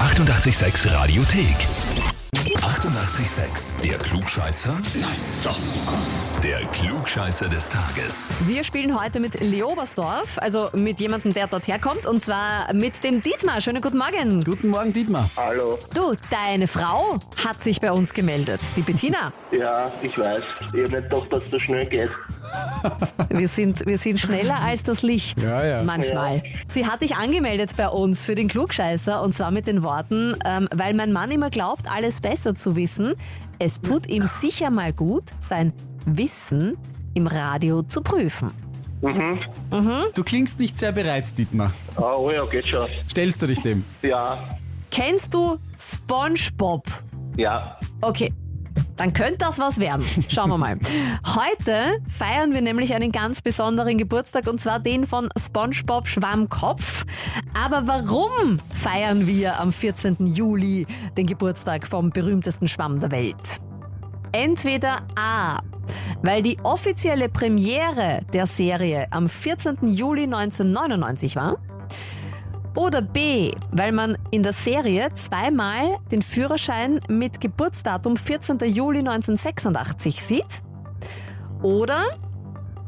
886 Radiothek. 88,6. Der Klugscheißer? Nein, doch. Der Klugscheißer des Tages. Wir spielen heute mit Leo Oberstdorf, also mit jemandem, der dort herkommt, und zwar mit dem Dietmar. Schönen guten Morgen. Guten Morgen, Dietmar. Hallo. Du, deine Frau hat sich bei uns gemeldet, die Bettina. Ja, ich weiß. Ich habe nicht gedacht, dass das schnell geht. Wir sind, wir sind schneller als das Licht Ja, ja. manchmal. Ja. Sie hat dich angemeldet bei uns für den Klugscheißer und zwar mit den Worten, ähm, weil mein Mann immer glaubt, alles besser zu wissen. Es tut ihm sicher mal gut, sein Wissen im Radio zu prüfen. Du klingst nicht sehr bereit, Dietmar. Ah, Oh ja, geht schon. Stellst du dich dem? Ja, Kennst du SpongeBob? ja. Okay. Dann könnte das was werden. Schauen wir mal. Heute feiern wir nämlich einen ganz besonderen Geburtstag und zwar den von SpongeBob Schwammkopf. Aber warum feiern wir am 14. Juli den Geburtstag vom berühmtesten Schwamm der Welt? Entweder A, weil die offizielle Premiere der Serie am 14. Juli 1999 war. Oder B, weil man in der Serie zweimal den Führerschein mit Geburtsdatum 14. Juli 1986 sieht. Oder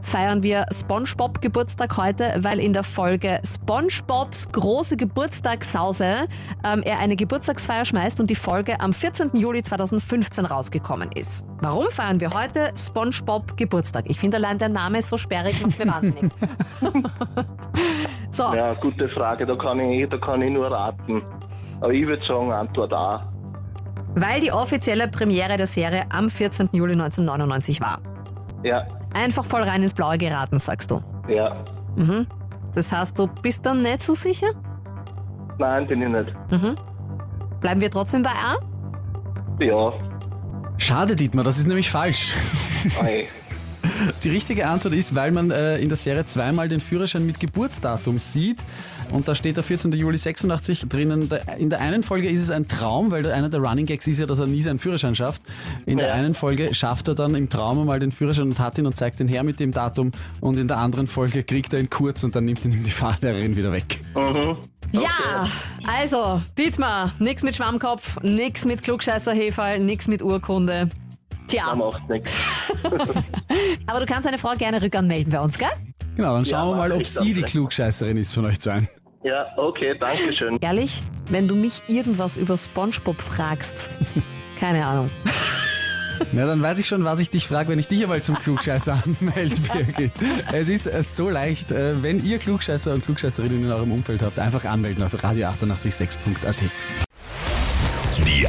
feiern wir SpongeBob Geburtstag heute, weil in der Folge SpongeBobs große Geburtstagssause ähm, er eine Geburtstagsfeier schmeißt und die Folge am 14. Juli 2015 rausgekommen ist. Warum feiern wir heute SpongeBob Geburtstag? Ich finde allein der Name ist so sperrig, macht mir wahnsinnig. so, Ja, gute Frage. Da kann ich, da kann ich nur raten. Aber ich würde sagen, Antwort A. Weil die offizielle Premiere der Serie am 14. Juli 1999 war. Ja, Einfach voll rein ins Blaue geraten, sagst du. ja. Mhm. Das heißt, du bist dann nicht so sicher? Nein, bin ich nicht. Bleiben wir trotzdem bei A? Ja. Schade, Dietmar, das ist nämlich falsch. Ei. Die richtige Antwort ist, weil man äh, in der Serie zweimal den Führerschein mit Geburtsdatum sieht. Und da steht der 14. Juli 86 drinnen. Da- In der einen Folge ist es ein Traum, weil einer der Running Gags ist ja, dass er nie seinen Führerschein schafft. In der Ja. einen Folge schafft er dann im Traum einmal den Führerschein und hat ihn und zeigt ihn her mit dem Datum. Und in der anderen Folge kriegt er ihn kurz und dann nimmt ihn ihm die Fahrlehrerin wieder weg. Mhm. Ja! Also, Dietmar, nix mit Schwammkopf, nix mit Klugscheißerheferl, nix mit Urkunde. Tja, Da macht nichts. aber du kannst eine Frau gerne rückanmelden bei uns, gell? Genau, dann schauen wir mal, mach ob ich sie dann die gleich. Klugscheißerin ist von euch zwei. Ja, okay, danke schön. Ehrlich, wenn du mich irgendwas über Spongebob fragst, keine Ahnung. Na, dann weiß ich schon, was ich dich frage, wenn ich dich einmal zum Klugscheißer anmelde, Birgit. Es ist äh, so leicht, äh, wenn ihr Klugscheißer und Klugscheißerinnen in eurem Umfeld habt, einfach anmelden auf radio886.at. Die